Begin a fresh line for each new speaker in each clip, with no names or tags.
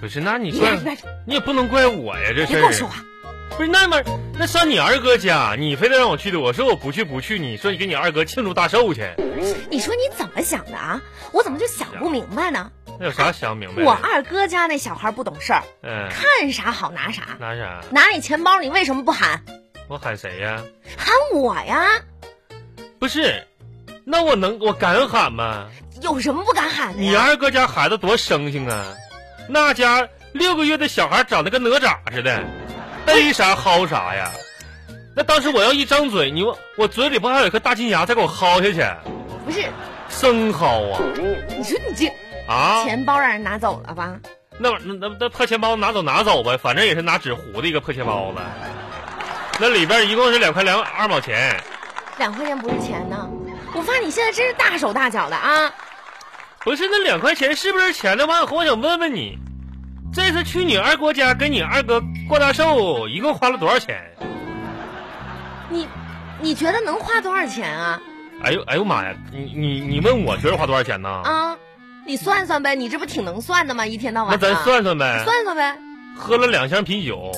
不是，那你
你
怪
那
你也不能怪我呀，这
别
事
跟
儿
我说话，
不是那么那上你二哥家，你非得让我去的，我说我不去不去，你说你给你二哥庆祝大寿去，
你说你怎么想的啊？我怎么就想不明白呢？
那有啥想明白
我
的？
二哥家那小孩不懂事儿，
嗯，
看啥好拿啥，
拿啥？
拿你钱包你为什么不喊？
我喊谁呀？
喊我呀？
不是，那我能我敢喊吗？
有什么不敢喊的
你
呀？
二哥家孩子多生性啊，那家六个月的小孩长得跟哪吒似的，逮啥薅啥呀。那当时我要一张嘴，你我我嘴里不还有一颗大金牙，再给我薅下去，
不是，
生薅啊
你说你这
啊！
钱包让人拿走了吧？
那玩意儿那那那破钱包拿走拿走吧，反正也是拿纸糊的一个破钱包子，那里边一共是两块两二毛钱，
两块钱不是钱呢？我发现你现在真是大手大脚的啊！
不是那两块钱是不是钱的？王小红，我想问问你，这次去你二哥家跟你二哥过大寿，一共花了多少钱？
你，你觉得能花多少钱啊？
哎呦哎呦妈呀！你你你问我觉得花多少钱呢？
啊，你算算呗，你这不挺能算的吗？一天到晚
那
的
咱算算呗，
算算呗
喝了两箱啤酒，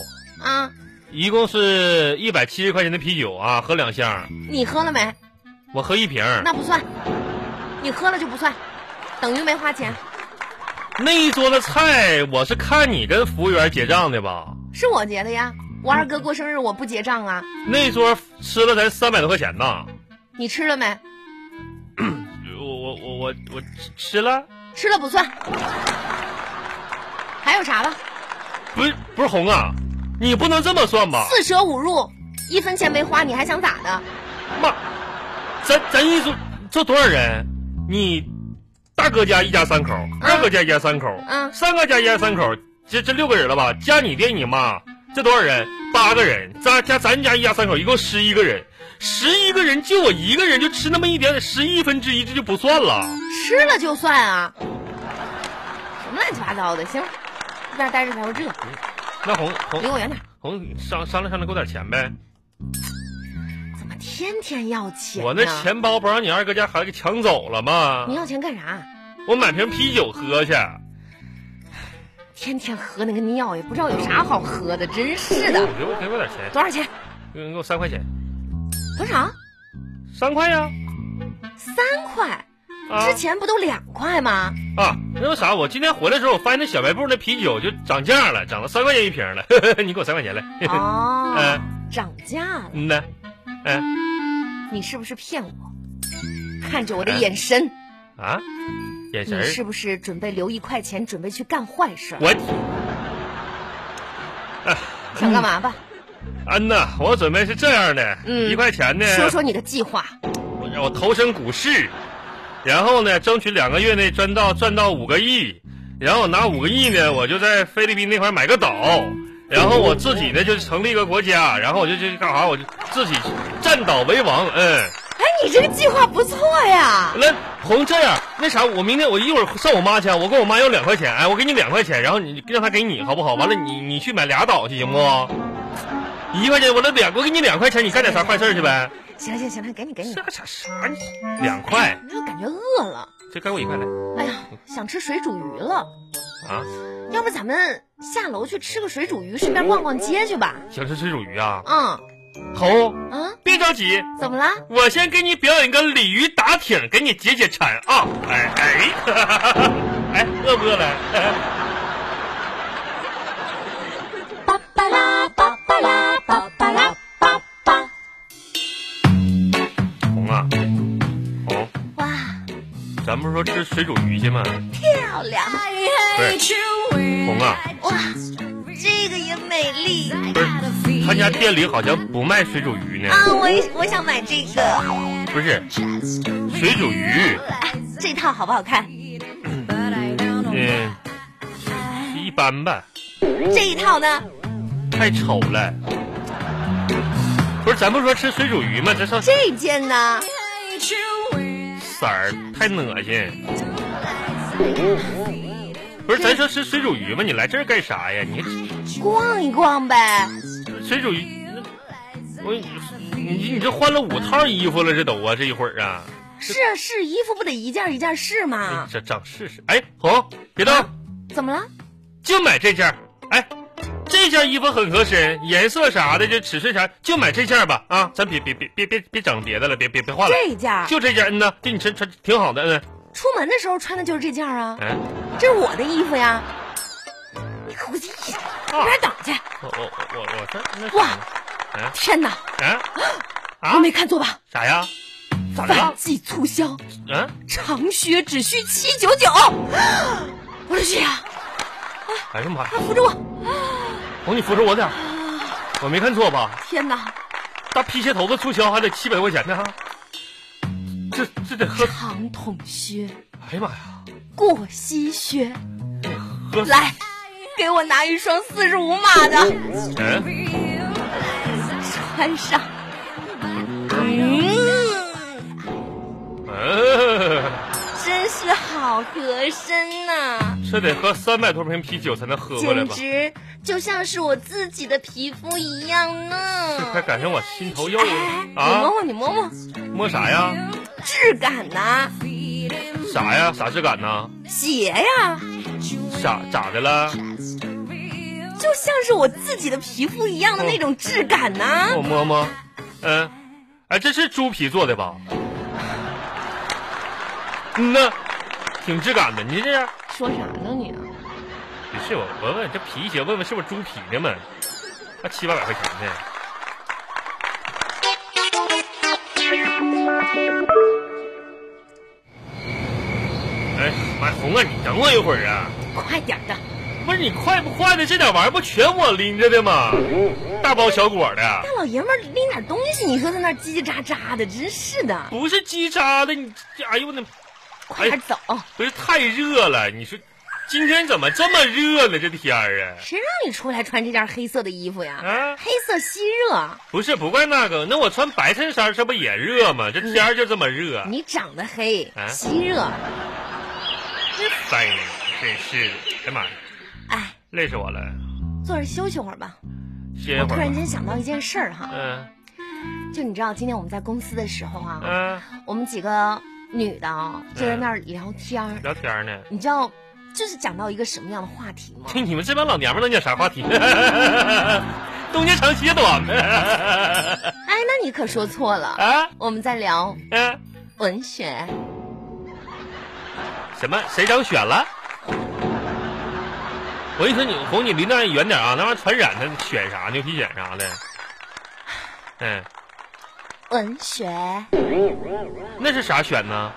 啊！
一共是一百七十块钱的啤酒啊，喝两箱，
你喝了没？
我喝一瓶儿。
那不算，你喝了就不算，等于没花钱。
那一桌子菜，我是看你跟服务员结账的吧？
是我结的呀，我二哥过生日我不结账啊。
那桌吃了咱三百多块钱呢。
你吃了没？
我我我我我吃吃了，
吃了不算。还有啥吧？
啊不是不是红啊，你不能这么算吧？
四舍五入，一分钱没花，你还想咋的？
妈，咱咱一桌这多少人？你大哥家一家三口，二哥家一家三口，
嗯
三哥家一家三口，这这六个人了吧？加你爹你妈，这多少人？八个人，咱加咱家一家三口，一共十一个人，十一个人就我一个人就吃那么一点，十一分之一这就不算了。
吃了就算啊。什么乱七八糟的，行了，一边待着才会这，
那红红
离我远点。
红商商量商量给我点钱呗。
怎么天天要钱呢？
我那，钱包不让你二哥家孩子给抢走了吗
你？要钱干啥？
我买瓶啤酒喝去。
天天喝那个尿，也不知道有啥好喝的，真是的。
给我给我点钱，
多少钱？
给我三块钱，
多少？
三块呀！
三块？
啊
之前不都两块 吗？
啊，那个啥，我今天回来的时候，我发现那小卖部那啤酒就涨价了，涨到三块钱一瓶了。 你给我三块钱来。
哦
嗯，
涨价了。
嗯呐，嗯
你是不是骗我？看着我的眼神，
啊，眼神
你
儿，
是不是准备留一块钱，准备去干坏事儿？
我
想干嘛吧？
嗯呐，我准备是这样的，
嗯
一块钱呢，
说说你的计划。哎
我让我投身股市，然后呢，争取两个月内赚到赚到五个亿，然后拿五个亿呢，我就在菲律宾那块儿买个岛，然后我自己呢就成立一个国家，然后我就就干啥，我就自己占岛为王，嗯，
哎，你这个计划不错呀。
那红这样，那啥，我明天我一会儿上我妈家，啊我跟我妈要两块钱，哎，我给你两块钱，然后你让她给你好不好？完了你你去买俩岛去行不？一块钱，我那两，我给你两块钱，你干点啥坏事儿去呗？
行了行了行了，给你给你，
啥啥啥，两块，
我就感觉饿了。
这给我一块来
哎呀，想吃水煮鱼了。
啊！
要不咱们下楼去吃个水煮鱼，顺便逛逛街去吧？
想吃水煮鱼啊？
嗯
红，
啊，
别着急，
怎么了？
我先给你表演个鲤鱼打挺，给你解解馋啊！哎哎， 哎，饿不饿了？
巴巴拉巴巴拉巴巴拉巴巴。
红啊，红，
哇，
咱不是说吃水煮鱼去吗？
漂亮！
红啊，
哇，这个也美丽
不是，他家店里好像不卖水煮鱼呢。
啊！我也我想买这个，
不是，水煮鱼，
这套好不好看？
嗯，一般吧，
这一套呢？
太丑了。不是，咱不是说吃水煮鱼吗？这上
这件呢？
色儿太恶心。不是，咱说吃水煮鱼吗？你来这儿干啥呀？你
逛一逛呗。
水煮鱼，我你你这换了五套衣服了，这都啊，这一会儿啊，
是啊，是衣服不得一件一件试吗？
哎
啊
这长试试。哎，红，别动，
怎么了？
就买这件儿。哎，这件衣服很合身，颜色啥的，这尺寸啥，就买这件儿吧。啊，咱别别别别别别整别的了，别别别换了，
这件儿
就这件儿。嗯呐，对你穿穿挺好的。嗯，
出门的时候穿的就是这件儿啊，
哎，
这是我的衣服呀。你给我一边挡去！
我我我我我这那
哇
哎
天哪，
哎
我
啊
没看错吧？
啥呀？咋的
反
了？
季促销，
嗯，
长靴只需七九九。我说雪呀，
哎呀妈呀
快，扶着我！
红你扶着我点儿，我没看错吧？
天哪，
大皮鞋头子促销还得七百块钱呢，这这得喝，
长筒靴、
哎呀妈呀，
过膝靴，
喝死
来，给我拿一双四十五码的，
人！
穿上。嗯，
嗯，
真是好合身呐、
这得喝三百多瓶啤酒才能喝过来
简
吧？
直就像是我自己的皮肤一样呢。
这快赶上我心头肉
哎，
了
你摸摸，你摸
啊！
摸，
摸啥呀？
质感呐、
啥呀？啥质感呢？
鞋呀，
咋咋的了？
就像是我自己的皮肤一样的那种质感呐、
我摸摸，嗯，哎，这是猪皮做的吧？ 嗯呐，挺质感的。你这样，
说啥呢你啊？
不是我，我问这皮鞋，问问是不是猪皮的嘛？还七八百块钱呢。哎，妈呀，红啊，你等我一会儿啊！
快点儿的，
不是你快不快的，这点玩意儿不全我拎着的吗？大包小裹的，
大老爷们儿拎点东西，你说在那儿叽叽喳喳的，真是的，
不是鸡扎的，你这哎呦我的，
快点走，
不是太热了，你说今天怎么这么热呢？这天儿啊！
谁让你出来穿这件黑色的衣服呀？
啊
黑色吸热，
不是，不怪那个，那我穿白衬衫，这不也热吗？这天儿就这么热，
你长得黑，
啊
吸热，
塞呢，哎真是的，哎呀妈呀，
哎，
累死我了，
坐着休息会儿吧。
歇一
我
会
突
儿
然
吧。
间想到一件事儿哈，
嗯
就你知道今天我们在公司的时候啊，
嗯，
我们几个女的啊就在那儿聊天儿，
聊天呢。
你知道就是讲到一个什么样的话题吗？
你们这帮老娘们儿能讲啥话题？ 东家长西短 呗。
哎，那你可说错了，
啊
我们在聊
嗯，
文学。
什么？谁当选了？我跟你说，你红，你离那远点啊，那玩意儿传染的，选啥牛皮癣啥的。嗯，
文学，
那是啥选呢？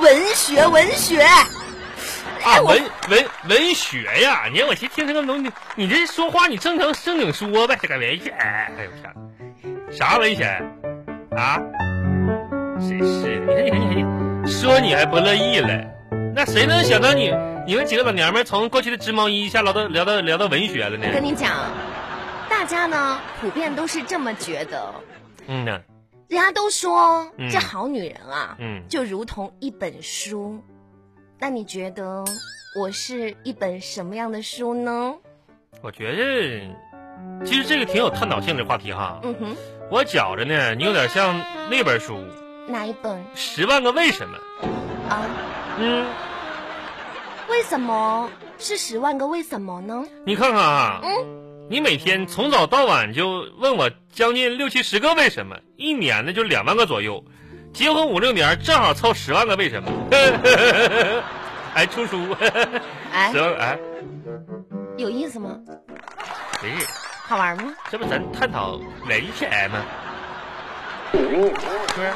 文学，文学，
啊，
哎我
文文文学呀！你让我去听这个东西，你这说话你正常正经说呗，这个文学，哎呦我天，啥文学啊？真是的，你看你看你看你，说你还不乐意了，那谁能想到你你们几个老娘们儿从过去的织毛衣一下聊到聊到聊到文学了呢？
跟你讲，大家呢普遍都是这么觉得，
嗯呐，
人家都说、
嗯
这好女人啊，
嗯，
就如同一本书。那你觉得我是一本什么样的书呢？
我觉着其实这个挺有探讨性的话题哈。
嗯哼，
我觉着呢，你有点像那本书《
哪一本
十万个为什么》。
啊？
嗯。
为什么是十万个为什么呢？
你看看啊，
嗯
你每天从早到晚就问我将近六七十个为什么，一年呢就两万个左右，结婚五六年正好凑十万个为什么， 哎，出书，
哎
十，万个哎，
有意思吗？
没事，
好玩吗？
这不咱探讨文学吗？是不是？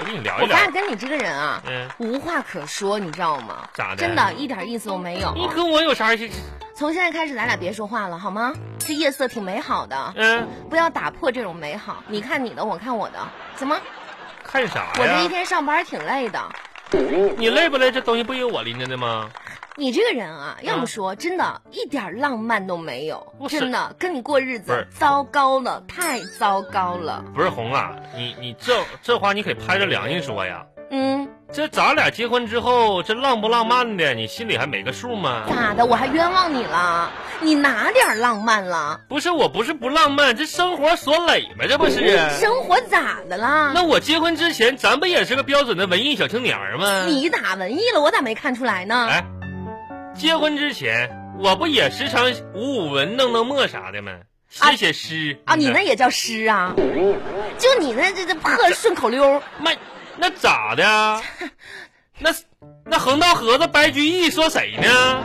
我跟你聊一
我
聊
发，现跟你这个人啊，
嗯，
无话可说，你知道吗？
咋的
真的，一点意思都没有。
你跟我有啥事？
从现在开始，咱俩别说话了，好吗？这夜色挺美好的，
嗯，
不要打破这种美好。你看你的，我看我的，行吗？
看啥
我这一
嗯哎呀？
天上班挺累的。
你累不累？这东西不也有我拎着呢吗？
你这个人啊，要么说真的，一点浪漫都没有，
我嗯是
真的，跟你过日
不是
子糟糕了，太糟糕了。
不是红啊，你你这这话你可拍着良心说呀。
嗯，
这咱俩结婚之后，这浪不浪漫的，你心里还没个数吗？
咋的？我还冤枉你了？你哪点儿浪漫了？
不是，我不是不浪漫，这生活所累嘛，这不是？
生活咋的啦？
那我结婚之前，咱不也是个标准的文艺小青年儿吗？
你咋文艺了？我咋没看出来呢？
哎，结婚之前，我不也时常舞舞文、弄弄墨啥的吗？
啊
写写诗
啊，你那也叫诗啊？就你那这这破顺口溜儿，
那那咋的啊？那那横道河子白居易说谁呢？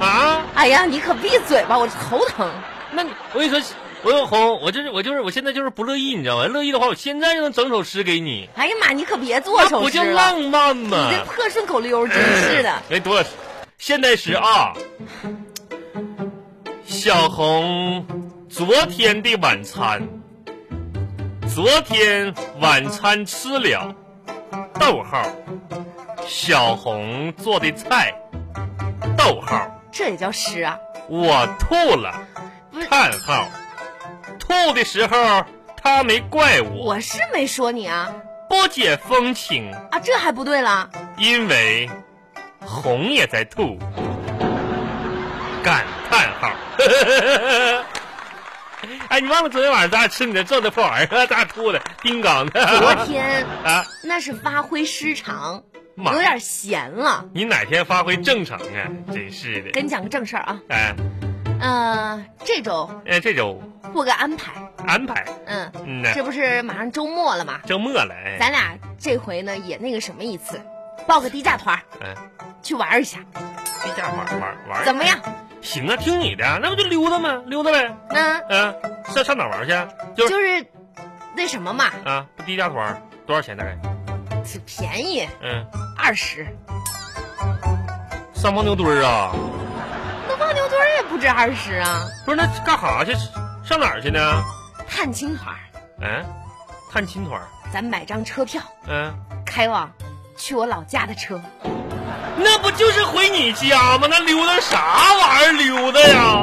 啊？
哎呀，你可闭嘴吧，我头疼。
那你我跟你说，我有红，我就是我就是我现在就是不乐意，你知道吗？乐意的话，我现在就能整首诗给你，
哎呀妈，你可别做
那
手
不就
势了，
浪
你
漫吗？
这破顺口溜儿真是的。
没多少诗，现代诗啊。小红，昨天的晚餐，昨天晚餐吃了，逗号，小红做的菜，逗号，
这也叫诗啊？
我吐了
不是，
叹号，吐的时候他没怪我，
我是没说你啊，
不解风情，
啊，这还不对了，
因为红也在吐，感叹号。 哎，你忘了昨天晚上咱俩吃你的肘子破玩意儿，咱俩吐的叮当的
昨天
啊！
那是发挥失常，
妈
有点闲了。
你哪天发挥正常啊？真是的。
跟你讲个正事儿啊，
哎，
呃，这周
哎，这周
过个安排，
安排，
嗯，
嗯呢，
这不是马上周末了吗？
周末了，哎，
咱俩这回呢也那个什么一次，报个低价团儿
哎，
去玩儿一下，
这家玩玩玩，
怎么？样？
行啊，听你的，那不就溜达吗？溜达呗，
那
啊，上上哪玩去？啊就
嗯
是
就是那什么嘛，
啊，不低价团儿多少钱大概？
挺便宜，
嗯，
二十。
上泡牛墩儿啊？
那放牛墩儿也不止二十啊，
不是，那干哈去？上哪儿去呢？
探亲团儿，
嗯，探亲团儿，
咱买张车票，
嗯，
开往去我老家的车。
那不就是回你家吗？那溜达啥玩意儿溜达呀？